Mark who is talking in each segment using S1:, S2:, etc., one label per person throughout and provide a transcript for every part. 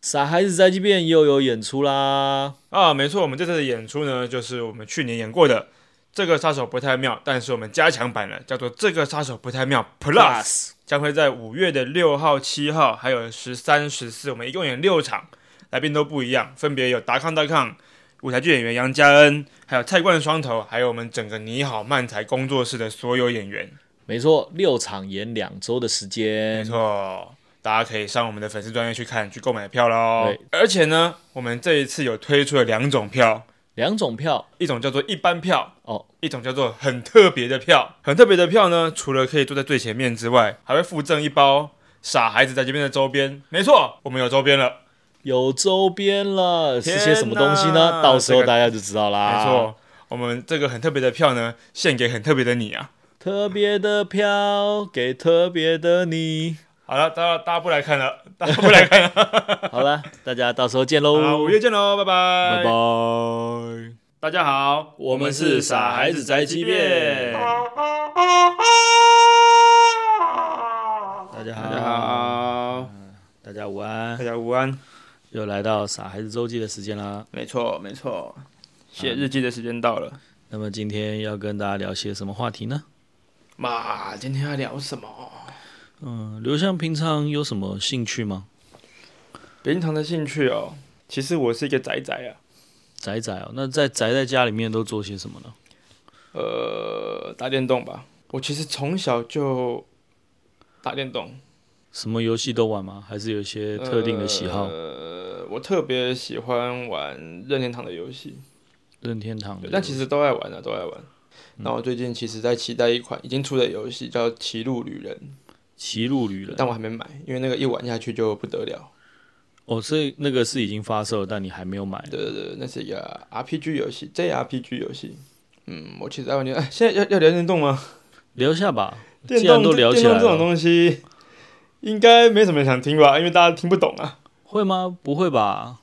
S1: 傻孩子宅急便又有演出啦！
S2: 啊，没错，我们这次的演出呢，就是我们去年演过的《这个杀手不太妙》，但是我们加强版了，叫做《这个杀手不太妙 Plus》，将会在五月的六号、七号，还有十三、十四，我们一共演六场，来宾都不一样，分别有达康、达康、舞台剧演员杨佳恩，还有蔡冠双头，还有我们整个你好漫才工作室的所有演员。
S1: 没错，六场演两周的时
S2: 没
S1: 间，
S2: 错，大家可以上我们的粉丝专页去看，去购买票喽
S1: 对。
S2: 而且呢，我们这一次有推出了两种票，
S1: 两种票
S2: 一种叫做一般票，
S1: 哦，
S2: 一种叫做很特别的票。很特别的票呢，除了可以坐在最前面之外，还会附赠一包傻孩子在这边的周边。没错，我们有周边了，
S1: 有周边了，是
S2: 天
S1: 些什么东西呢？
S2: 哪
S1: 到时候
S2: 这个
S1: 大家就知道啦。
S2: 没错。我们这个很特别的票呢，献给很特别的你啊！
S1: 特别的票给特别的你。
S2: 好了，大家大家不来看了， 大家不来看了。
S1: 好 了，大家到时候见
S2: 好，
S1: 喽
S2: 五，月见喽，拜拜。
S1: 拜拜。
S2: 大家好，
S1: 我们是傻孩子宅急便大家好，
S2: 大家，好，
S1: 大家午安
S2: 大，家午安。
S1: 又来到傻孩子周记的时间啦。
S2: 没错，没错，写日记的时间到了。
S1: 那么今天要跟大家聊些什么话题呢？
S2: 妈，今天要聊什么？
S1: 嗯，刘向平常有什么兴趣吗？
S2: 平常的兴趣哦，其实我是一个宅宅啊。
S1: 宅宅哦，那在宅在家里面都做些什么呢？
S2: 呃，打电动吧。我其实从小就打电动，
S1: 什么游戏都玩吗？还是有一些特定的喜好？
S2: 呃，我特别喜欢玩任天堂的游戏，
S1: 任天堂的游
S2: 对
S1: 戏，
S2: 但其实都爱玩啊，都爱玩。那我最近其实在期待一款已经出的游戏，叫《歧路旅人》，
S1: 歧路旅人
S2: 但我还没买，因为那个一玩下去就不得了。
S1: 哦，所以那个是已经发售了，但你还没有买。
S2: 对对对，那是一个 RPG 游戏，JRPG 游戏。嗯，我其实在玩电，哎，现在要要聊电动吗？
S1: 聊一下吧，
S2: 电
S1: 既然
S2: 动
S1: 都聊起来
S2: 电动这种
S1: 了，
S2: 东西，应该没什么人想听吧？因为大家听不懂啊。
S1: 会吗？不会吧？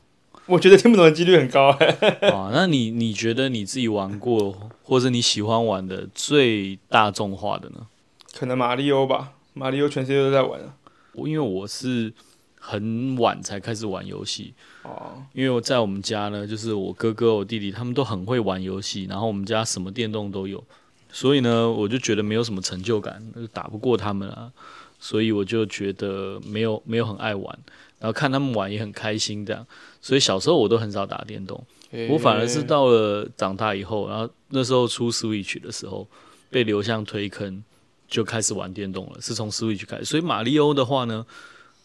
S2: 我觉得听不懂的几率很高、哎。
S1: 啊，那你你觉得你自己玩过，或者你喜欢玩的最大众化的呢？
S2: 可能马里欧吧，马里欧全世界都在玩啊。
S1: 我因为我是很晚才开始玩游戏，
S2: 哦，
S1: 因为我在我们家呢，就是我哥哥、我弟弟他们都很会玩游戏，然后我们家什么电动都有，所以呢，我就觉得没有什么成就感，就打不过他们啊，所以我就觉得没有没有很爱玩，然后看他们玩也很开心这样，所以小时候我都很少打电动，我反而是
S2: 诶
S1: 到了长大以后，然后那时候出 Switch 的时候，被流向推坑，就开始玩电动了，是从 Switch 开始。所以马里欧的话呢，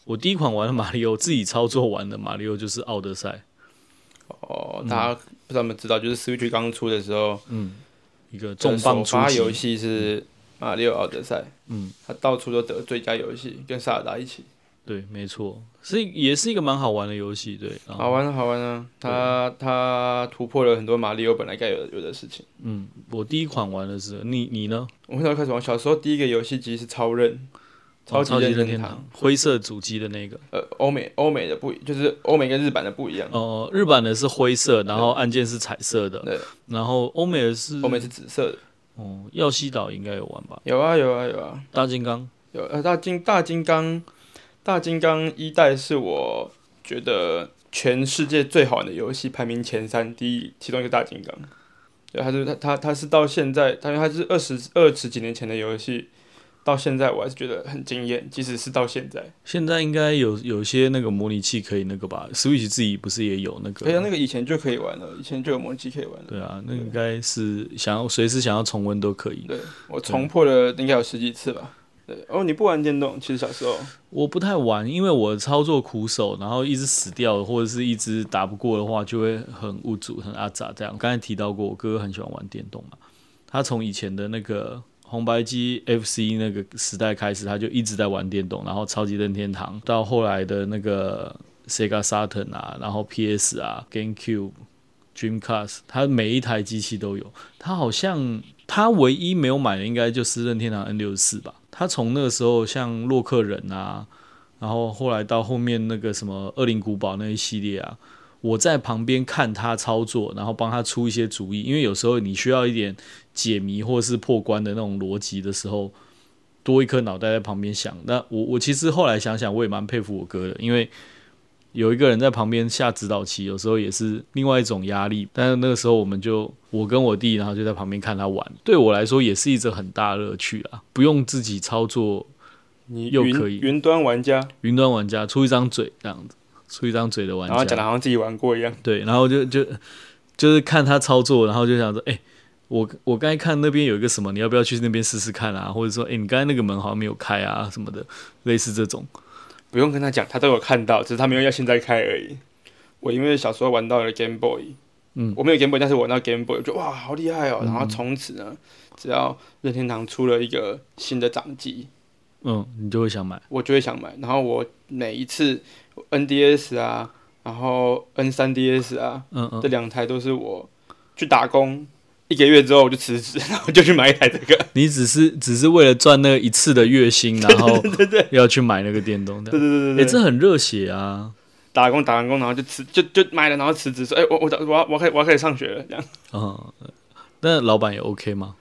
S1: 我第一款玩的马里欧自己操作玩的马里欧就是奥德赛，嗯
S2: 哦，大家不知道有没有知道，就是 Switch 刚出的时候，呃
S1: 一个重磅出
S2: 首发游
S1: 击，
S2: 戏是马里奥奥德赛，
S1: 嗯，
S2: 他到处都得最佳游戏，跟萨尔达一起。
S1: 对，没错，是也是一个蛮好玩的游戏，对，然后
S2: 好玩啊好玩啊！他他突破了很多马里奥本来该有的有的事情。
S1: 嗯，我第一款玩的是你你呢？
S2: 我很早开始玩，小时候第一个游戏机是超任，
S1: 哦
S2: 级
S1: 超级
S2: 任
S1: 任天
S2: 堂。
S1: 灰色主机的那个，
S2: 呃，欧美欧美的不一就是欧美跟日版的不一样，
S1: 哦、日版的是灰色，然后按键是彩色的，
S2: 对，
S1: 然后欧美的是
S2: 欧美是紫色的。
S1: 哦，耀西岛应该有玩吧？
S2: 有啊有啊有啊
S1: 大金刚
S2: 有呃大金大金刚大金刚一代是我觉得全世界最好玩的游戏，排名前三，第一其中一个大金刚。对，它是它它它是到现在，它因为它是二十二十几年前的游戏，到现在我还是觉得很惊艳，即使是到现在。
S1: 现在应该有有些那个模拟器可以那个吧？Switch 自己不是也有那个？
S2: 可以啊，那个以前就可以玩了，以前就有模拟器可以玩了。
S1: 对啊，那应该是想要随时想要重温都可以。
S2: 对，我重破了应该有十几次吧。对，哦，你不玩电动，其实小时候
S1: 我不太玩，因为我操作苦手，然后一直死掉或者是一直打不过的话，就会很无助、很阿杂这样。刚才提到过，我哥哥很喜欢玩电动嘛，他从以前的那个红白机 FC 那个时代开始，他就一直在玩电动，然后超级任天堂到后来的那个 Sega Saturn 啊，然后 PS 啊、GameCube、Dreamcast，他每一台机器都有。他好像他唯一没有买的应该就是任天堂 N 六四吧。他从那个时候像洛克人啊，然后后来到后面那个什么恶灵古堡那一系列啊，我在旁边看他操作，然后帮他出一些主意，因为有时候你需要一点解谜或是破关的那种逻辑的时候。多一颗脑袋在旁边想，那我我其实后来想想，我也蛮佩服我哥的，因为有一个人在旁边下指导棋，有时候也是另外一种压力。但是那个时候我们就我跟我弟，然后就在旁边看他玩，对我来说也是一种很大乐趣啊，不用自己操作
S2: 你
S1: 又
S2: 云
S1: 可以
S2: 云端玩家，
S1: 云端玩家出一张嘴这样子，出一张嘴的玩
S2: 然后
S1: 家
S2: 讲的，好像自己玩过一样。
S1: 对，然后就就就是看他操作，然后就想说，哎、我我刚才看那边有一个什么，你要不要去那边试试看啊？或者说，哎、你刚才那个门好像没有开啊什么的，类似这种。
S2: 不用跟他讲，他都有看到，只是他没有要现在开而已。我因为小时候玩到了 Game Boy，
S1: 嗯
S2: 我没有 Game Boy，但是我玩到 Game Boy，我觉得哇，好厉害哦！然后从此呢，只要任天堂出了一个新的掌机，
S1: 嗯，你就会想买，
S2: 我就会想买。然后我每一次 NDS 啊，然后 N3DS 啊，
S1: 嗯嗯，
S2: 这两台都是我去打工一个月之后我就辞职，然后就去买一台这个。
S1: 你只是只是为了赚那一次的月 薪，然后要去买那个电动的，
S2: 对对对对
S1: 哎、
S2: 对，
S1: 这很热血啊！
S2: 打工打完工，然后就辞就就买了，然后辞职说，哎、我我我要我要开我要开始上学了，这样。
S1: 嗯，那老板也 OK 吗？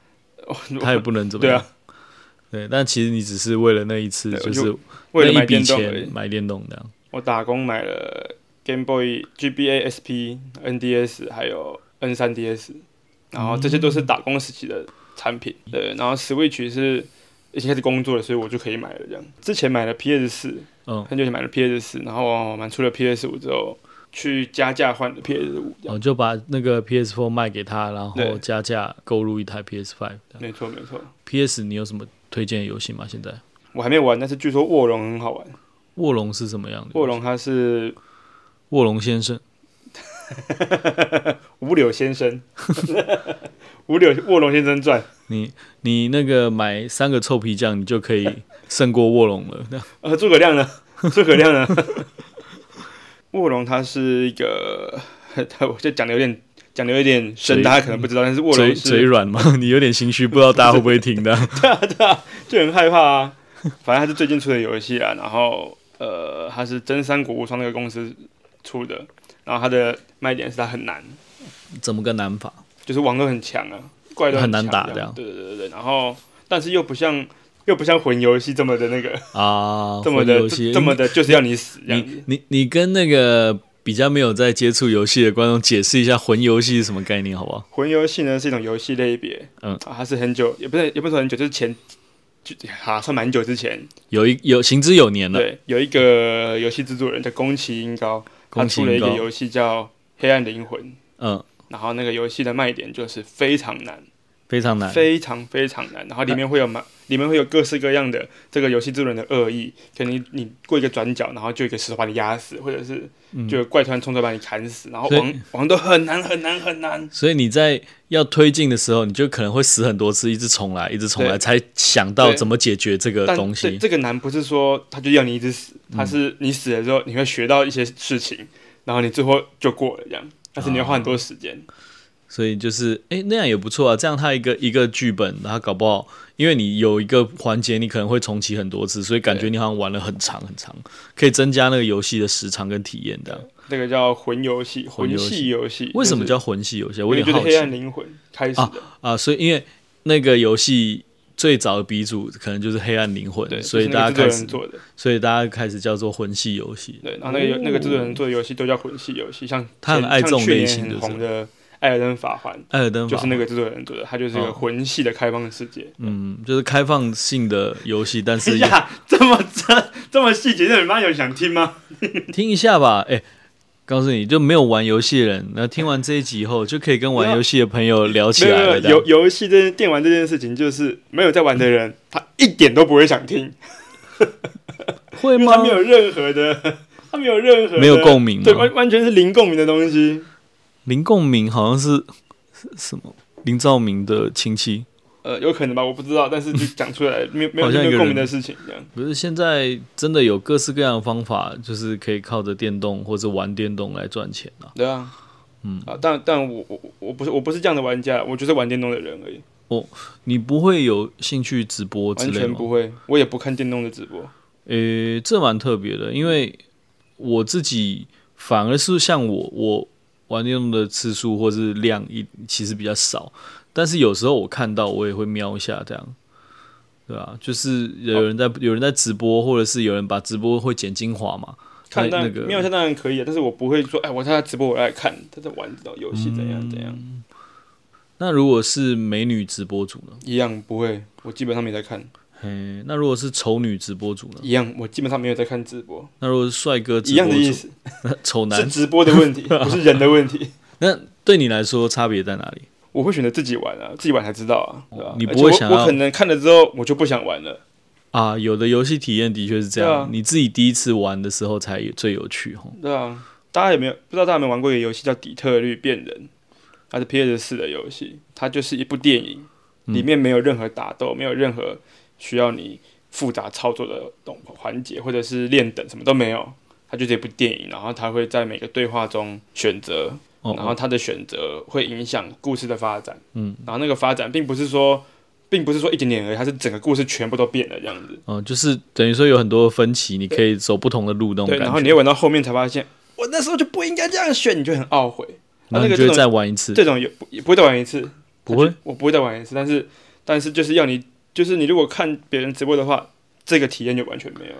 S1: 他也不能怎么
S2: 对
S1: 样
S2: 啊。，
S1: 对，但其实你只是为了那一次，
S2: 对我
S1: 就是
S2: 为了
S1: 那
S2: 买
S1: 一笔
S2: 电动而已
S1: 钱。买电动这样。
S2: 我打工买了 Game Boy、GBA、SP、NDS，还有 N3DS，然后这些都是打工时期的产品。
S1: 嗯
S2: 对，然后 Switch 是已经开始工作了，所以我就可以买了。这样，之前买了 PS 四，
S1: 嗯，
S2: 很久以前买了 PS 四，然后我买出了 PS 五之后，去加价换的 PS 五。这
S1: 我
S2: 样
S1: 哦就把那个 PS4 卖给他，然后
S2: 对
S1: 加价购入一台 PS5 这样。
S2: 没错没错，
S1: PS 你有什么推荐的游戏吗？现在
S2: 我还没玩，但是据说卧龙很好玩。
S1: 嗯卧龙是什么样的？
S2: 卧龙它是
S1: 卧龙先生，
S2: 五柳先生， 五柳卧龙先生传。
S1: 你你那个买三个臭皮匠，你就可以胜过卧龙了。那
S2: 呃，诸葛亮呢？诸葛亮呢？ 卧龙他是一个，他我就讲的有点讲的有点深，
S1: 嘴
S2: 大家可能不知道，但是卧
S1: 嘴
S2: 龙
S1: 嘴
S2: 是
S1: 软吗？ 你有点心虚，不知道大家会不会听的。
S2: 就很害怕啊。反正他是最近出的游戏啊，然后呃，他是真三国无双那个公司出的，然后它的卖点是它很难，
S1: 怎么个难法？
S2: 就是网络很强啊，怪都
S1: 很难
S2: 强
S1: 打
S2: 这
S1: 这样
S2: 样。对对对对对，然后但是又不像又不像魂游戏这么的那个
S1: 啊，
S2: 这么
S1: 魂
S2: 的
S1: 游戏
S2: 这这么的就是要你死这样子
S1: 你。你你跟那个比较没有在接触游戏的观众解释一下魂游戏是什么概念，好不好？
S2: 魂游戏呢是一种游戏类别，
S1: 嗯
S2: 啊，它是很久，也不是也不是说很久，就是前就啊算蛮久之前，
S1: 有一有行之有年了，
S2: 对，有一个游戏制作人叫宫崎英高，他
S1: 宫崎
S2: 出了一
S1: 英
S2: 个
S1: 高，
S2: 游戏叫《黑暗灵魂》，
S1: 嗯，
S2: 然后那个游戏的卖点就是非常难，
S1: 非常难，
S2: 非常非常难，然后里面会有满。里面会有各式各样的这个游戏制作人的恶意，可能你你过一个转角，然后就有一个石头把你压死，或者是就有怪突然冲出来把你砍死，然后
S1: 所以
S2: 王王都很难很难很难，
S1: 所以你在要推进的时候，你就可能会死很多次，一直重来，一直重来，
S2: 对
S1: 才想到
S2: 对
S1: 怎么解决这个
S2: 但
S1: 东
S2: 这
S1: 西。嗯
S2: 这个难不是说他就要你一直死，他是你死了之后你会学到一些事情，然后你最后就过了这样，但是你要花很多时间。
S1: 啊所以就是，哎、那样也不错啊。这样它一个一个剧本，然后搞不好，因为你有一个环节，你可能会重启很多次，所以感觉
S2: 对
S1: 你好像玩了很长很长，可以增加那个游戏的时长跟体验。这样
S2: 这个叫魂游戏，
S1: 魂
S2: 魂
S1: 游戏
S2: 系游戏
S1: 为什么
S2: 就是
S1: 叫魂系游戏？
S2: 因
S1: 我
S2: 为
S1: 有
S2: 就
S1: 点
S2: 是
S1: 好
S2: 黑
S1: 奇。
S2: 暗灵魂开始的？
S1: 啊，所以因为那个游戏最早的鼻祖可能就是《黑暗灵魂
S2: 对，》，
S1: 所以
S2: 就是那
S1: 大
S2: 个
S1: 家开
S2: 制作人
S1: 始，
S2: 做的，
S1: 所以大家开始叫做魂系游戏。
S2: 对，然后那个游那个制作人做的游戏都叫魂系游戏，像
S1: 哦他很
S2: 前
S1: 爱这种
S2: 像去年
S1: 类型的
S2: 很
S1: 是吧
S2: 红的《艾尔登法环》，
S1: 艾尔登法
S2: 就
S1: 环
S2: 是那个制作人做的，它就是一
S1: 哦
S2: 个魂系的开放世界。
S1: 嗯，就是开放性的游戏，但
S2: 哎
S1: 是也
S2: 呀，这么这这么细节的，你妈有想听吗？
S1: 听一下吧，哎、告诉你，就没有玩游戏的人，那听完这一集以后，就可以跟玩游戏的朋友聊起
S2: 没有
S1: 来
S2: 没有
S1: 了。这样
S2: 游游戏这件电玩这件事情，就是没有在玩的人，他一点都不会想听，
S1: 会
S2: 因为
S1: 吗
S2: 他？没有任何的， 他没有任何
S1: 嗯
S2: 的
S1: 没有共鸣
S2: 对，
S1: 吗
S2: 完？完全是零共鸣的东西。
S1: 林共鸣好像是是什么？林兆明的亲戚，
S2: 呃，有可能吧，我不知道，但是就讲出 来，没有没有
S1: 好像
S2: 没
S1: 一个
S2: 有
S1: 人
S2: 共鸣的事情，这样
S1: 不是现在真的有各式各样的方法，就是可以靠着电动或者玩电动来赚钱啊。
S2: 对啊，
S1: 嗯
S2: 啊，但但我我我我不是我不是这样的玩家，我就是玩电动的人而已，
S1: 你不会有兴趣直播之
S2: 完
S1: 类
S2: 全
S1: 吗？
S2: 不会，我也不看电动的直播，
S1: 呃，这蛮特别的，因为我自己反而是像我，我玩电动的次数或是量一其实比较少，但是有时候我看到我也会瞄一下这样。对啊，就是有人在、有人在直播，或者是有人把直播会剪精华嘛，
S2: 看
S1: 那
S2: 但
S1: 那个
S2: 没有下当然可以啊，但是我不会说，哎，我看他直播我来看他在玩这种游戏怎样怎样，
S1: 嗯那如果是美女直播主呢？
S2: 一样不会，我基本上没在看，
S1: 嘿，那如果是丑女直播主呢？
S2: 一样我基本上没有在看直播，
S1: 那如果是帅哥直
S2: 一样
S1: 播
S2: 的意
S1: 主，
S2: 思，
S1: 丑
S2: 是
S1: 男，
S2: 直播的 问题，不是人的问题。
S1: 那对你来说差别在哪里？
S2: 我会选择自己玩啊，自己玩才知道啊，对吧？
S1: 你
S2: 而
S1: 不
S2: 且
S1: 会
S2: 我
S1: 想要
S2: 我可能看了之后我就不想玩了，
S1: 啊，有的游戏体验的确是这
S2: 对
S1: 样，
S2: 啊
S1: 你自己第一次玩的时候才有最有趣吼。
S2: 对啊。大家有没有不知道大家有没有玩过一个游戏叫《底特律变人》？它是 PS 四的游戏，它就是一部电影，
S1: 嗯
S2: 里面没有任何打斗，没有任何需要你复杂操作的动环节，或者是练等，什么都没有。它就是一部电影，然后它会在每个对话中选择
S1: 哦
S2: 然后他的选择会影响故事的发展，
S1: 嗯，
S2: 然后那个发展并不是说，并不是说一点点而已，它是整个故事全部都变了这样子，
S1: 哦，就是等于说有很多分歧，你可以走不同的路那种
S2: 对，
S1: 感觉，
S2: 然后你会玩到后面才发现，我那时候就不应该这样选，你就很懊悔。
S1: 然
S2: 那
S1: 后你
S2: 那个
S1: 就
S2: 这
S1: 会
S2: 种
S1: 再玩一次，
S2: 这种也不也不会再玩一次，
S1: 不会
S2: 它就我不会再玩一次，但是但是就是要你，就是你如果看别人直播的话，这个体验就完全没有了，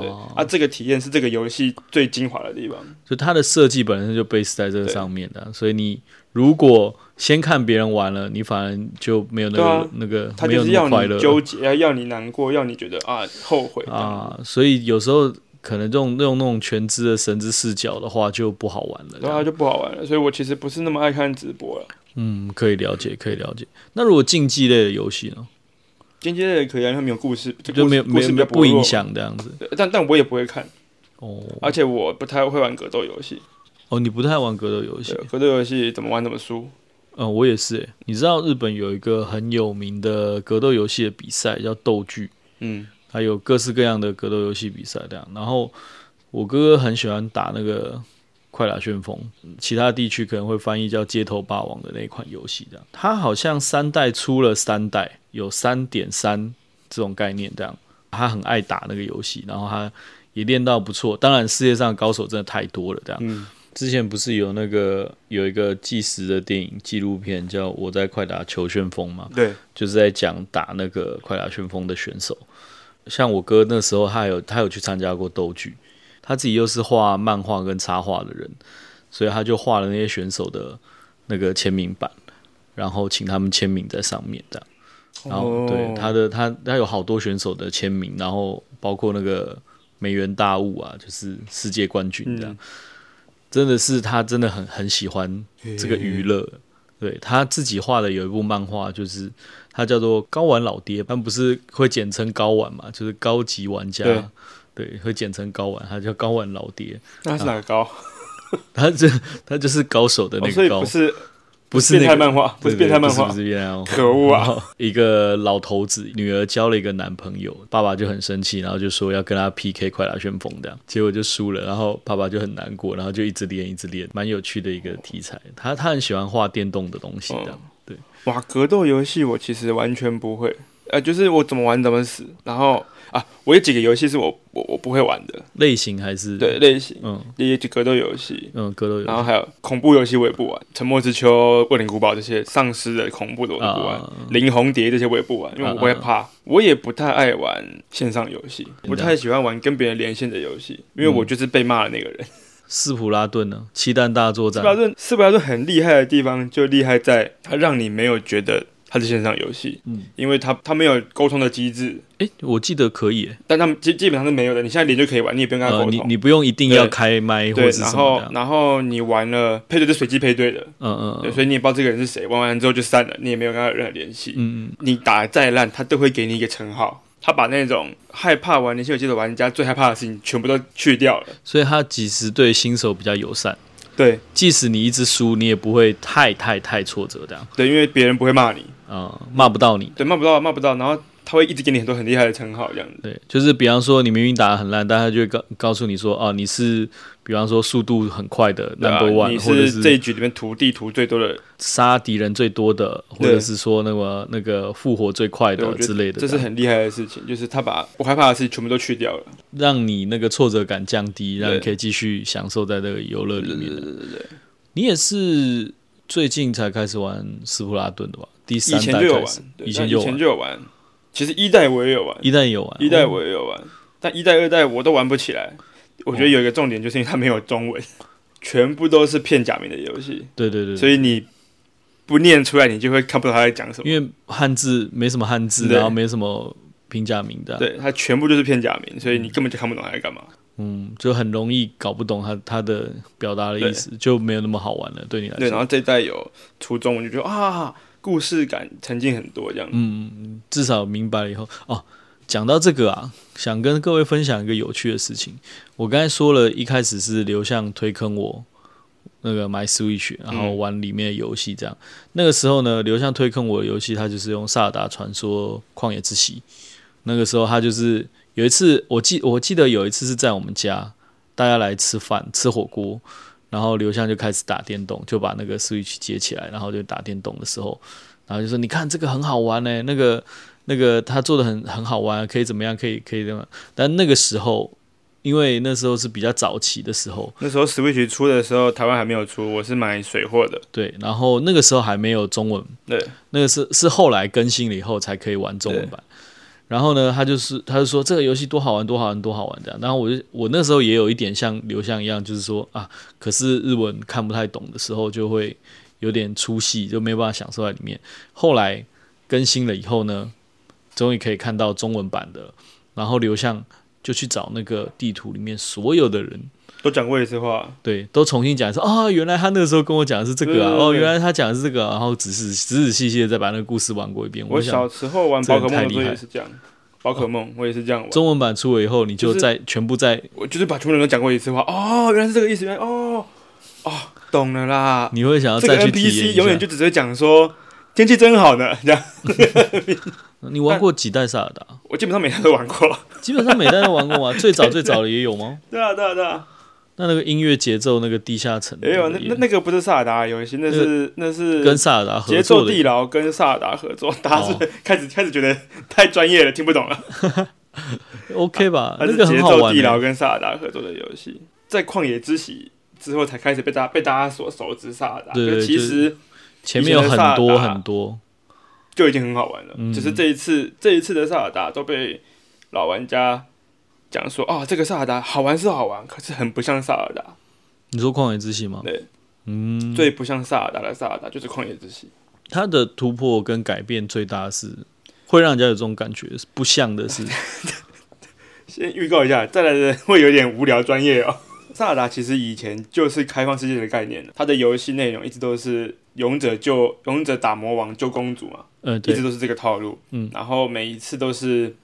S2: 对，
S1: 哦，
S2: 啊，这个体验是这个游戏最精华的地方，
S1: 就它的设计本身就 base 在这个
S2: 对
S1: 上面的啊、所以你如果先看别人玩了，你反而就没有那个、
S2: 对啊
S1: 那个
S2: 它
S1: 没
S2: 就
S1: 有
S2: 是
S1: 那
S2: 要
S1: 么快乐
S2: 你纠结，要要你难过，要你觉得啊后悔这样
S1: 啊，所以有时候可能这种用那种全知的神之视角的话就不好玩了。这
S2: 对
S1: 样
S2: 啊，就不好玩了。所以我其实不是那么爱看直播了。
S1: 嗯，可以了解，可以了解。那如果竞技类的游戏呢，
S2: 间接的也可以啊，因为它没有故事，这
S1: 就
S2: 故事
S1: 没有没
S2: 故事
S1: 有
S2: 比
S1: 没
S2: 较
S1: 有不
S2: 薄弱
S1: 影。响这样子。
S2: 对但但我也不会看，
S1: 哦
S2: 而且我不太会玩格斗游戏。
S1: 哦，你不太玩格斗游戏
S2: 对，？啊格斗游戏怎么玩怎么输。
S1: 嗯，我也是欸。你知道日本有一个很有名的格斗游戏的比赛叫斗剧，
S2: 嗯，
S1: 还有各式各样的格斗游戏比赛这样。然后我哥哥很喜欢打那个快打旋风，其他地区可能会翻译叫街头霸王的那一款游戏这样。它好像三代出了三代，有三点三这种概念这样。他很爱打那个游戏，然后他也练到不错。当然，世界上高手真的太多了这样。
S2: 嗯
S1: 之前不是有那个有一个纪实的电影纪录片叫《我在快打球旋风》吗？
S2: 对，
S1: 就是在讲打那个快打旋风的选手。像我哥那时候，他有他有去参加过斗剧，他自己又是画漫画跟插画的人，所以他就画了那些选手的那个签名版，然后请他们签名在上面这样。然后、
S2: 哦
S1: 对他的他他有好多选手的签名，然后包括那个梅园大悟啊，就是世界冠军这样，真的是他真的很很喜欢这个娱乐。对他自己画的有一部漫画，就是他叫做高玩老爹，但不是会简称高玩嘛，就是高级玩家，
S2: 对
S1: 对，会简称高玩，他叫高玩老爹，
S2: 那它是哪个高？
S1: 他这他就是高手的
S2: 哦
S1: 啊那
S2: 所以
S1: 个高，
S2: 不是
S1: 不是
S2: 变
S1: 那
S2: 态
S1: 个
S2: 漫画，不是变态漫
S1: 对对对不是，
S2: 画
S1: 不是变态漫画，
S2: 可恶啊！
S1: 一个老头子女儿交了一个男朋友，爸爸就很生气，然后就说要跟他 PK 快打旋风这样，结果就输了，然后爸爸就很难过，然后就一直练一直练，蛮有趣的一个题材。他他很喜欢画电动的东西这样，对，
S2: 哇，格斗游戏我其实完全不会，呃，就是我怎么玩怎么死。然后啊，我有几个游戏是我我我不会玩的，
S1: 类型还是
S2: 对，类型，
S1: 嗯
S2: 第一就格斗游戏，
S1: 嗯格斗游
S2: 然后
S1: 戏
S2: 还有恐怖游戏我也不玩，《沉默之丘》《恶灵古堡》这些丧尸的恐怖的我都不玩，
S1: 啊
S2: 林红蝶》这些我也不玩，因为我会怕。我也不太爱玩线上游戏，
S1: 嗯
S2: 不太喜欢玩跟别人连线的游戏，因为我就是被骂的那个
S1: 嗯
S2: 人。
S1: 斯普拉顿呢，七蛋大作
S2: 斯普拉
S1: 战，
S2: 顿，斯普拉顿很厉害的地方就厉害在它让你没有觉得它是线上游戏，
S1: 嗯
S2: 因为它它没有沟通的机制，
S1: 诶，我记得可以、诶
S2: 但他们基基本上是没有的。你现在连就可以玩，你也不用跟他
S1: 呃，
S2: 沟
S1: 你
S2: 通。
S1: 你不用一定要
S2: 对
S1: 开麦或
S2: 对
S1: 者，是
S2: 然
S1: 什么
S2: 后
S1: 这样，
S2: 然后你玩了配对是随机配对的，
S1: 嗯嗯
S2: 对，
S1: 嗯
S2: 所以你也不知道这个人是谁，玩完之后就散了，你也没有跟他有任何联系。
S1: 嗯嗯，
S2: 你打得再烂，他都会给你一个称号。他把那种害怕玩连线游戏的玩家最害怕的事情全部都去掉了。
S1: 所以他其实对新手比较友善。
S2: 对
S1: 即使你一直输，你也不会太太太挫折这样，
S2: 对，因为别人不会骂你，
S1: 啊、骂不到你。
S2: 对，骂不到，骂不到，然后他会一直给你很多很厉害的称号，这样子。
S1: 对，就是比方说你明明打得很烂，但他就会告告诉你说，哦，你是比方说速度很快的
S2: 对啊
S1: number one，、
S2: 你
S1: 或者
S2: 这
S1: 是
S2: 一局里面涂地图最多的，
S1: 杀敌人最多的，或
S2: 对
S1: 者是说那么那个复活最快
S2: 对，
S1: 的
S2: 我觉
S1: 啊之类的，
S2: 得这是很厉害的事情，就是他把我害怕的事情全部都去掉了。
S1: 让你那个挫折感降低，让你
S2: 对
S1: 可以继续享受在这个游乐里面的。
S2: 对对，
S1: 你也是最近才开始玩斯普拉顿的吧？第
S2: 以
S1: 三
S2: 前
S1: 代
S2: 就有
S1: 开
S2: 玩
S1: 始，，
S2: 对
S1: 以
S2: 那
S1: 前就
S2: 以前
S1: 玩，
S2: 就有玩。其实一代我也有玩，
S1: 一代也有玩，哦
S2: 一代我也有玩，但一代、二代我都玩不起来。我
S1: 哦
S2: 觉得有一个重点，就是因为它没有中文，全部都是片假名的游戏，
S1: 对对对，
S2: 所以你不念出来，你就会看不懂他在讲什么。
S1: 因为汉字没什么汉字，
S2: 对
S1: 然后没什么平假名的啊、
S2: 对，它全部就是片假名，所以你根本就看不懂他在干嘛。
S1: 嗯，就很容易搞不懂他他的表达的意思，就没有那么好玩了。对你来
S2: 对，然
S1: 说，
S2: 后这一代有出中文，就觉得啊，故事感沉浸很多这样。
S1: 嗯至少明白了以后哦。讲到这个啊，想跟各位分享一个有趣的事情。我刚才说了一开始是刘向推坑我那个买 Switch，然后玩里面的游戏这样。那个时候呢，刘向推坑我的游戏，他就是用《萨尔达传说：旷野之息》。那个时候他就是有一次，我记我记得有一次是在我们家，大家来吃饭吃火锅，然后刘向就开始打电动，就把那个 Switch 接起来，然后就打电动的时候，然后就说：“你看这个很好玩呢、那个那个他做的很很好玩，可以怎么样？可以可以怎么样？”但那个时候，因为那时候是比较早期的时候，
S2: 那时候 Switch 出的时候，台湾还没有出，我是买水货的。
S1: 对，然后那个时候还没有中文，
S2: 对，
S1: 那个是是后来更新了以后才可以玩中文版。然后呢，他就是他就说这个游戏多好玩，多好玩，多好玩这样。然后我就我那时候也有一点像刘向一样，就是说啊，可是日文看不太懂的时候，就会有点出戏，就没办法享受在里面。后来更新了以后呢，终于可以看到中文版的了。然后刘向就去找那个地图里面所有的人，
S2: 都讲过一次话，
S1: 对，都重新讲一次啊、原来他那个时候跟我讲的是这个啊，
S2: 对对对
S1: 哦，原来他讲的是这个啊、然后仔细仔仔细细的再把那个故事玩过一遍。
S2: 我
S1: 想
S2: 小时候玩
S1: 这
S2: 宝可
S1: 人太
S2: 梦的时候
S1: 厉害
S2: 也是这样，宝可梦我也是这样玩。
S1: 中文版出了以后，你就
S2: 就是
S1: 在、全部在，
S2: 我就是把全部人都讲过一次话，哦，原来是这个意思，原来哦，哦，懂了啦。
S1: 你会想要
S2: 这个
S1: 嗯再去体验
S2: NPC
S1: 一下。
S2: 永远就只会讲说天气真好呢，这 样。
S1: 你玩过几代萨尔 达？
S2: 我基本上每天都玩 过。
S1: 基本上每代都玩过啊吗？最早最早的也有吗？
S2: 对啊，对啊，对啊。
S1: 那那个音乐节奏，那个地下 城，
S2: 也有
S1: 那
S2: 那
S1: 个
S2: 哎那那个不是萨尔达游戏，那是那是
S1: 跟萨尔达合
S2: 节
S1: 作
S2: 奏
S1: 的哦
S2: 地牢跟萨尔达合作，大家是 开始开始觉得太专业了，听不懂了。
S1: OK 吧？
S2: 它
S1: 啊那
S2: 是
S1: 个
S2: 节
S1: 很好
S2: 奏
S1: 玩
S2: 地牢
S1: 欸、
S2: 跟萨尔达合作的游戏，在旷野之息之后才开始被大被大家所熟知萨尔达。
S1: 对
S2: 可是其
S1: 就是
S2: 实
S1: 前面有
S2: 以前
S1: 很
S2: 的萨尔达
S1: 多很多，
S2: 就已经很好玩了。
S1: 嗯
S2: 只是这一次，这一次的萨尔达都被老玩家讲说，哦，这个萨尔达好玩是好玩，可是很不像萨尔达，
S1: 你说旷野之息吗？
S2: 对，
S1: 嗯，
S2: 最不像萨尔达的萨尔达就是旷野之息。
S1: 它的突破跟改变最大是会让人家有这种感觉，不像的是，
S2: 先预告一下，再来的 人会有点无聊专业哦。萨尔达其实以前就是开放世界的概念了，它的游戏内容一直都是勇者救勇者打魔王救公主嘛，
S1: 呃，
S2: 一直
S1: 对，
S2: 都是这个套路。
S1: 嗯，
S2: 然后每一次都是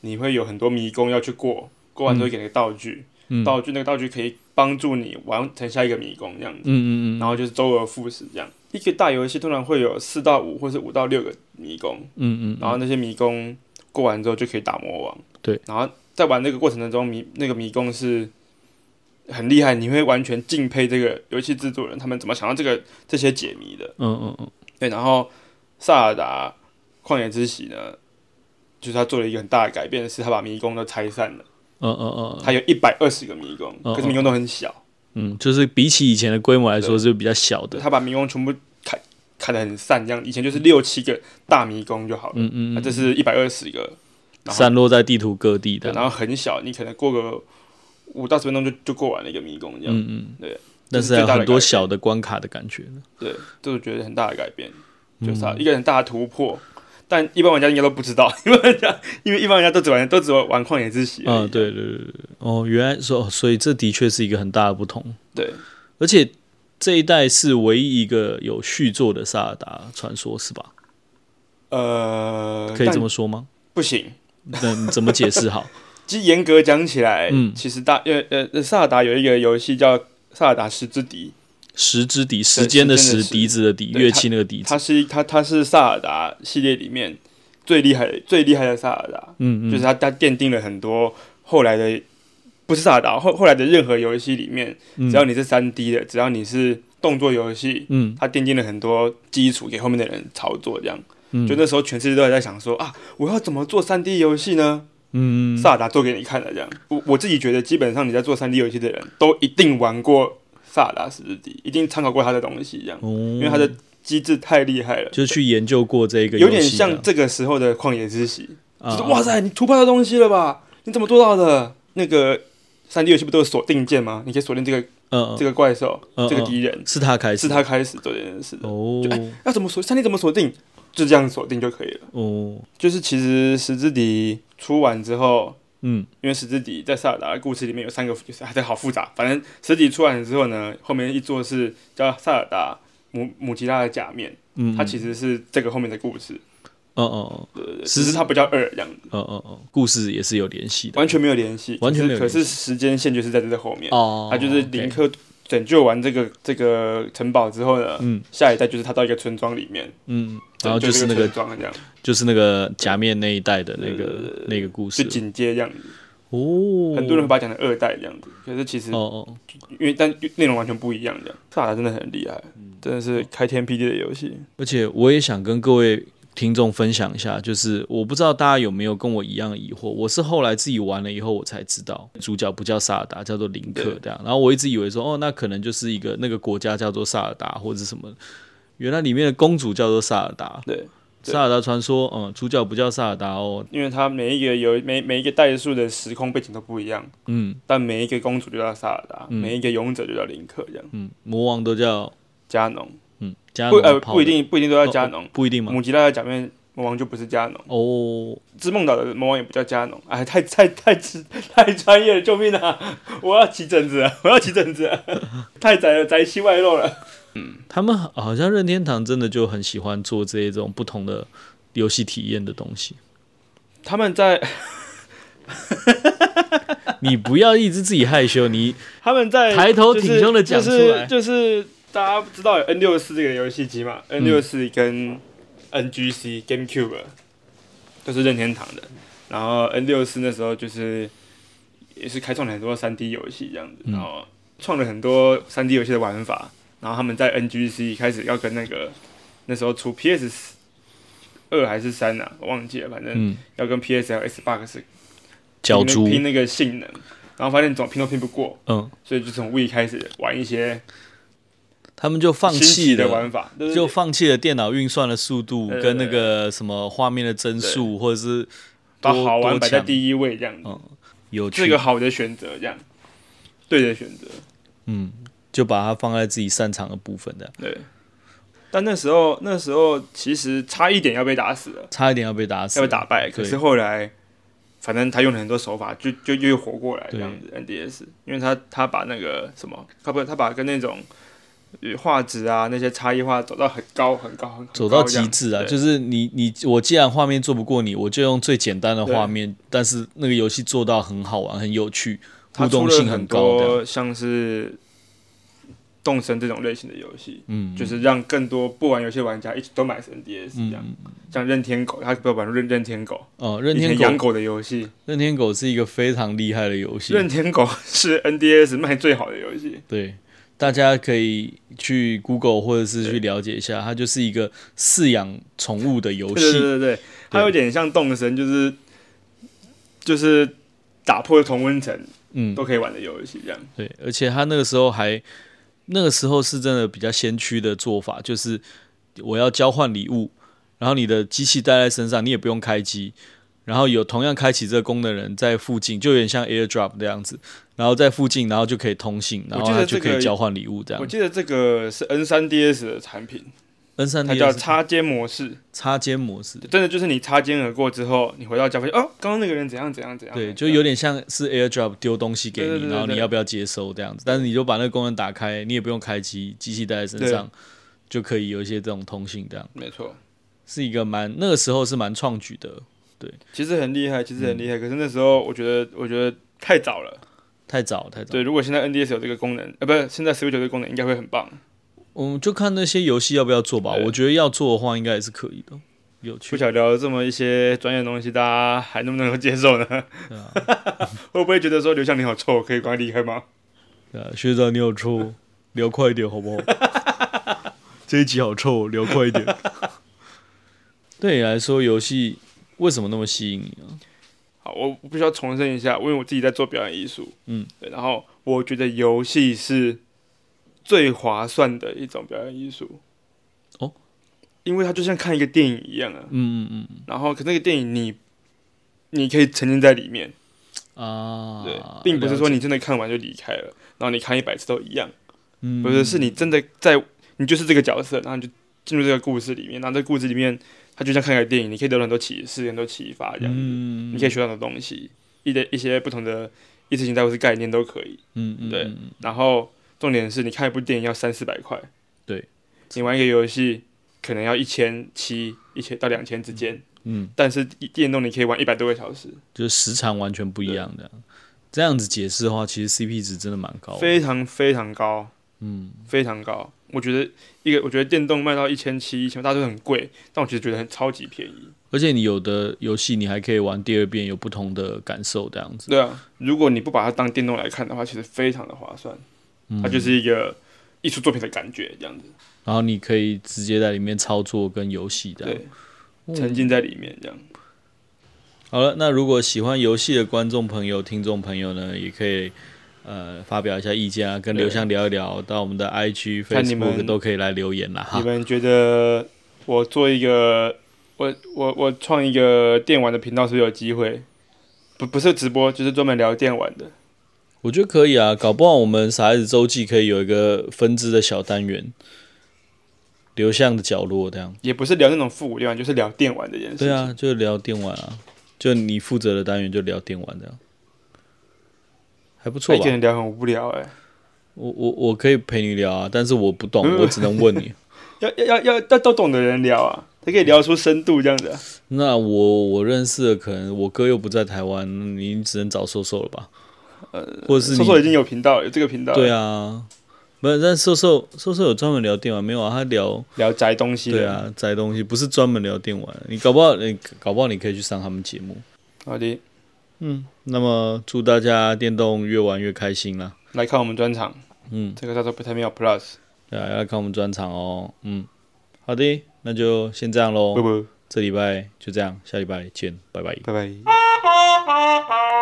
S2: 你会有很多迷宫要去过，过完之后给你个道具，
S1: 嗯
S2: 道具那个道具可以帮助你完成下一个迷宫这样子，
S1: 嗯嗯嗯
S2: 然后就是周而复始这样。一个大游戏通常会有四到五或是五到六个迷宫，
S1: 嗯嗯
S2: 然后那些迷宫过完之后就可以打魔王。
S1: 对，
S2: 然后在玩那个过程当中，迷那个迷宫是很厉害，你会完全敬佩这个游戏制作人，他们怎么想到这个这些解谜的。
S1: 嗯嗯嗯，
S2: 对，然后萨尔达旷野之息呢，就是他做了一个很大的改变，是他把迷宫都拆散了，
S1: 嗯嗯嗯，
S2: 他有一百二十个迷宫，
S1: 嗯
S2: 可是迷宫都很小，
S1: 嗯，就是比起以前的规模来说是比较小
S2: 对，
S1: 的，
S2: 他把迷宫全部砍砍得很散，这样以前就是六七个大迷宫就好了，
S1: 嗯嗯
S2: 那
S1: 嗯，
S2: 这是一百二十个，然后
S1: 散落在地图各地
S2: 对
S1: 的，
S2: 然后很小，你可能过个五到十分钟就就过完了一个迷宫这样，
S1: 嗯嗯，
S2: 对，
S1: 但是还有很多小的关卡的感觉，
S2: 对，这是我觉得很大的改变，就是
S1: 嗯
S2: 啊，一个很大的突破。但一般玩家应该都不知道，因为玩家因为一般玩家都只玩都只玩玩旷野之息而已。
S1: 嗯，对对对对，对哦，原来说，哦所以这的确是一个很大的不同，
S2: 对，
S1: 而且这一代是唯一一个有续作的萨尔达传说，是吧？
S2: 呃，
S1: 可以
S2: 但
S1: 这么说吗？
S2: 不行。
S1: 那你怎么解释好？
S2: 其实严格讲起来，
S1: 嗯
S2: 其实大呃呃，萨尔达有一个游戏叫《萨尔达十之笛
S1: 时之笛，时间的
S2: 时
S1: 时，
S2: 间的时
S1: 笛子的笛，
S2: 对
S1: 乐器那个笛》，子
S2: 它。是它它是萨尔达系列里面最厉害的最厉害的萨尔达，
S1: 嗯
S2: 就
S1: 嗯
S2: 是它它奠定了很多后来的不是萨尔达后后来的任何游戏里面，
S1: 嗯，
S2: 只要你是三 D 的，只要你是动作游戏。
S1: 嗯
S2: 它奠定了很多基础给后面的人操作，这样
S1: 嗯，
S2: 就那时候全世界都还在想说啊，我要怎么做三 D 游戏呢？
S1: 嗯嗯
S2: 萨尔达做给你看的这样。我我自己觉得，基本上你在做三 D 游戏的人都一定玩过萨尔达史诗帝，一定参考过他的东西这样，
S1: 哦，
S2: 因为他的机制太厉害了，
S1: 就去研究过这个游
S2: 有
S1: 戏
S2: 点
S1: 的，
S2: 像这个时候的旷野之息，
S1: 啊
S2: 就是哇，塞，你突破到东西了吧？你怎么做到的？那个三 D 游戏不都有锁定键吗？你可以锁定这个
S1: 嗯，
S2: 这个怪兽、
S1: 嗯
S2: 这个敌人，
S1: 是他开始
S2: 是他哎开始做这件事的。
S1: 哦
S2: 要怎么锁？三 D 怎么锁定？就这样锁定就可以了。
S1: 哦，
S2: 就是其实十之敌出完之后，
S1: 嗯
S2: 因为十之敌在萨尔达的故事里面有三个，就是还在好复杂。反正十之敌出完之后呢，后面一座是叫萨尔达姆姆吉拉的假面，
S1: 嗯，
S2: 它其实是这个后面的故事，
S1: 嗯嗯嗯
S2: 对对对
S1: 十
S2: 只是它不叫二这样子，
S1: 嗯嗯嗯，故事也是有联系的
S2: 完全没有联系，
S1: 完全没有
S2: 可
S1: 联
S2: 是可是时间线就是在这后面，
S1: 哦，
S2: 它就是林克拯救完这个这个城堡之后呢，
S1: 嗯
S2: 下一代就是他到一个村庄里面，
S1: 嗯，然后就
S2: 拯救
S1: 是那
S2: 这
S1: 个
S2: 村庄这样，
S1: 就是那个假面那一代的那个那个故
S2: 就
S1: 事
S2: 紧接这样子，
S1: 哦，
S2: 很多人会把它讲成二代这样子，可是其实
S1: 哦哦，
S2: 因为但内容完全不一样的。萨达真的很厉害，
S1: 嗯
S2: 真的是开天辟地的游戏。
S1: 而且我也想跟各位听众分享一下，就是我不知道大家有没有跟我一样的疑惑，我是后来自己玩了以后我才知道，主角不叫萨尔达，叫做林克这样。然后我一直以为说，哦，那可能就是一个那个国家叫做萨尔达或者什么，原来里面的公主叫做萨尔达。
S2: 对，对
S1: 萨尔达传说，嗯，主角不叫萨尔达哦，
S2: 因为它每一个有每每一个代数的时空背景都不一样，
S1: 嗯
S2: 但每一个公主就叫萨尔达，
S1: 嗯
S2: 每一个勇者就叫林克，这样。
S1: 嗯，魔王都叫
S2: 加农
S1: 嗯加
S2: 不
S1: 农
S2: 呃
S1: 炮
S2: 不一定不一定都要
S1: 哦
S2: 加农，
S1: 不一定吗？
S2: 母吉拉的假面魔王就不是加农，
S1: 哦，
S2: 织梦岛的魔王也不叫加农。哎，太太太太 太专业了，救命啊！我要起疹子了，我要起疹子了， 太宅了，宅气外露了。
S1: 他们好好像任天堂真的就很喜欢做这一种不同的游戏体验的东西。
S2: 他们在
S1: 你不要一直自己害羞，你
S2: 他们在
S1: 抬头挺胸地讲出来
S2: 就是就是、就是大家知道有 N 六四这个游戏机嘛
S1: 嗯
S2: ，N 六四跟 NGC、GameCube 都是任天堂的，然后 N 六四那时候就是也是开创了很多三 D 游戏这样子，
S1: 嗯
S2: 然后创了很多三 D 游戏的玩法，然后他们在 NGC 开始要跟那个那时候出 PS 二还是三啊，我忘记了，反正
S1: 嗯，
S2: 要跟 PS 还有 Xbox
S1: 角
S2: 拼
S1: 逐
S2: 那，拼那个性能，然后发现总拼都拼不过。
S1: 嗯，
S2: 所以就从 We 开始玩一些
S1: 他们就放
S2: 新奇
S1: 弃
S2: 的
S1: 了，
S2: 玩法，就是
S1: 就放弃了电脑运算的速度
S2: 对对
S1: 跟那个什么画面的帧数，或者是
S2: 把
S1: 多
S2: 好玩
S1: 多
S2: 摆在
S1: 强
S2: 第一位，这样子
S1: 嗯有
S2: 是一
S1: 趣
S2: 个，好的选择，这样对的选择，
S1: 嗯，就把它放在自己擅长的部分的，
S2: 对。但那时候那时候其实差一点要被打死了，
S1: 差一点要被打死，
S2: 要被打败，可
S1: 对
S2: 是后来反正他用了很多手法，就就又活过来这
S1: 对
S2: 样子 NDS，因为他他把那个什么，他不他把跟那种。呃画质啊，那些差异化走到很高很高很高
S1: 走到
S2: 这
S1: 极
S2: 样
S1: 致啊！
S2: 对
S1: 就是你你我既然画面做不过你，我就用最简单的画面，但是那个游戏做到很好玩、很有趣，
S2: 它
S1: 互
S2: 出
S1: 动
S2: 了
S1: 性
S2: 很
S1: 高的。
S2: 多像是动森这种类型的游戏，
S1: 嗯，
S2: 就是让更多不玩游戏的玩家一直都买 NDS 这样。像任天狗，他不要玩任任天狗，
S1: 哦，嗯任
S2: 以
S1: 天
S2: 前养
S1: 狗，
S2: 狗的游戏，
S1: 任天狗是一个非常厉害的游戏。
S2: 任天狗是 NDS 卖最好的游戏。
S1: 对，大家可以去 Google 或者是去了解一下，它就是一个饲养宠物的游
S2: 对对
S1: 戏。
S2: 对对，它有点像动森，就是就是打破同温层
S1: 嗯，
S2: 都可以玩的游戏这样。
S1: 对，而且他那个时候还，那个时候是真的比较先驱的做法，就是我要交换礼物，然后你的机器带在身上，你也不用开机，然后有同样开启这个功能的人在附近，就有点像 AirDrop 这样子，然后在附近，然后就可以通信，然后
S2: 我记
S1: 他
S2: 得
S1: 就
S2: 这个
S1: 可以交换礼物这样
S2: 我。记得这个是 N 3 DS 的产品，
S1: N 三
S2: 它叫
S1: D
S2: 插肩模式。
S1: 插肩模式，
S2: 真的就是你擦肩而过之后，你回到家发现哦，刚刚那个人怎样怎样怎样，
S1: 对，就有点像是 AirDrop 丢东西给
S2: 对
S1: 你，
S2: 对对对
S1: 然后你
S2: 对
S1: 要不要接收这样子，但是你就把那个功能打开，你也不用开机，机器带在身
S2: 对
S1: 上就可以有一些这种通信这样。
S2: 没错，
S1: 是一个蛮那个时候是蛮创举的，
S2: 其实很厉害，其实很厉害，可是那时候我觉得我觉得太早了，
S1: 太早太嗯早。
S2: 对，如果现在 NDS 有这个功能，呃，不是现在 Switch 有这个功能应该会很棒，
S1: 我们就看那些游戏要不要做吧。
S2: 对
S1: 我觉得要做的话，应该也是可以的，有
S2: 不
S1: 趣。
S2: 晓得聊了这么一些专业的东西，大家还能不能够接受呢？
S1: 啊
S2: 会不会觉得说刘向你好臭，可以赶快离开吗？
S1: 呃，学长你有臭，聊快一点好不好？这一集好 臭，聊快一点。对你来说，游戏为什么那么吸引你啊？
S2: 好，我我必须要重申一下，因为我自己在做表演艺术，
S1: 嗯，
S2: 对，然后我觉得游戏是最划算的一种表演艺术，
S1: 哦，
S2: 因为它就像看一个电影一样啊，
S1: 嗯嗯
S2: 然后可那个电影你你可以沉浸在里面，
S1: 嗯啊，
S2: 对，并不是说
S1: 了解
S2: 你真的看完就离开了，然后你看一百次都一样，
S1: 嗯，
S2: 不是，是你真的在，你就是这个角色，然后你就进入这个故事里面，然后这个故事里面，它就像看个电影，你可以得到很多启示、很多启发这样子，
S1: 嗯，
S2: 你可以学到很多东西，一的一些不同的意识形态或是概念都可以。
S1: 嗯，嗯
S2: 对
S1: 嗯嗯
S2: 然后重点是你看一部电影要三四百块，
S1: 对，
S2: 你玩一个游戏可能要一千七、一千到两千之间，
S1: 嗯，
S2: 但是一电动你可以玩一百多个小时，
S1: 就是时长完全不一样的。这样子解释的话，其实 CP 值真的蛮高的。
S2: 非常非常高。
S1: 嗯，
S2: 非常高。我觉得一个，我觉得电动卖到一千七、一千，大家都很贵，但我其实觉得很超级便宜。
S1: 而且你有的游戏你还可以玩第二遍，有不同的感受，这样子。
S2: 对啊，如果你不把它当电动来看的话，其实非常的划算。
S1: 嗯
S2: 它就是一个艺术作品的感觉，这样子，
S1: 然后你可以直接在里面操作跟游戏这样。
S2: 对，
S1: 嗯
S2: 沉浸在里面这样。
S1: 好了，那如果喜欢游戏的观众朋友、听众朋友呢，也可以呃发表一下意见啊，跟
S2: 对
S1: 刘翔聊一聊，到我们的 IG、
S2: 看你们
S1: Facebook 都可以来留言啦
S2: 你
S1: 哈。
S2: 们觉得我做一个，我我我创一个电玩的频道是不是有机会？不不是直播，就是专门聊电玩的。
S1: 我觉得可以啊，搞不好我们傻孩子周记可以有一个分支的小单元，流向的角落这样。
S2: 也不是聊那种复古电玩，就是聊电玩这件事情。哎
S1: 对啊，就聊电玩啊，就你负责的单元就聊电玩这样，还不
S2: 那
S1: 错
S2: 一天
S1: 吧？
S2: 聊很无聊哎、
S1: 我我我可以陪你聊啊，但是我不
S2: 嗯
S1: 懂，我只能问你。
S2: 要要要要要都懂的人聊啊，才可以聊出深度这样子、啊。
S1: 那我我认识的可能我哥又不在台湾，你只能找瘦瘦了吧？呃，或者是
S2: 瘦瘦已
S1: 你
S2: 经有频道了，有这个频道了，
S1: 对啊，不是，但瘦瘦瘦瘦有专门聊电玩没有啊？他聊
S2: 聊宅东西的，
S1: 对啊宅东西，不是专门聊电玩。你搞不好你搞不好你可以去上他们节目。
S2: 好的，
S1: 嗯，那么祝大家电动越玩越开心啦。
S2: 来看我们专场，
S1: 嗯。
S2: 这个叫做不太妙 Plus，
S1: 对啊，要看我们专场哦。嗯，好的，那就先这样喽
S2: 不。不，
S1: 这礼拜就这样，下礼拜见，拜拜。
S2: 拜拜。
S3: Thank you.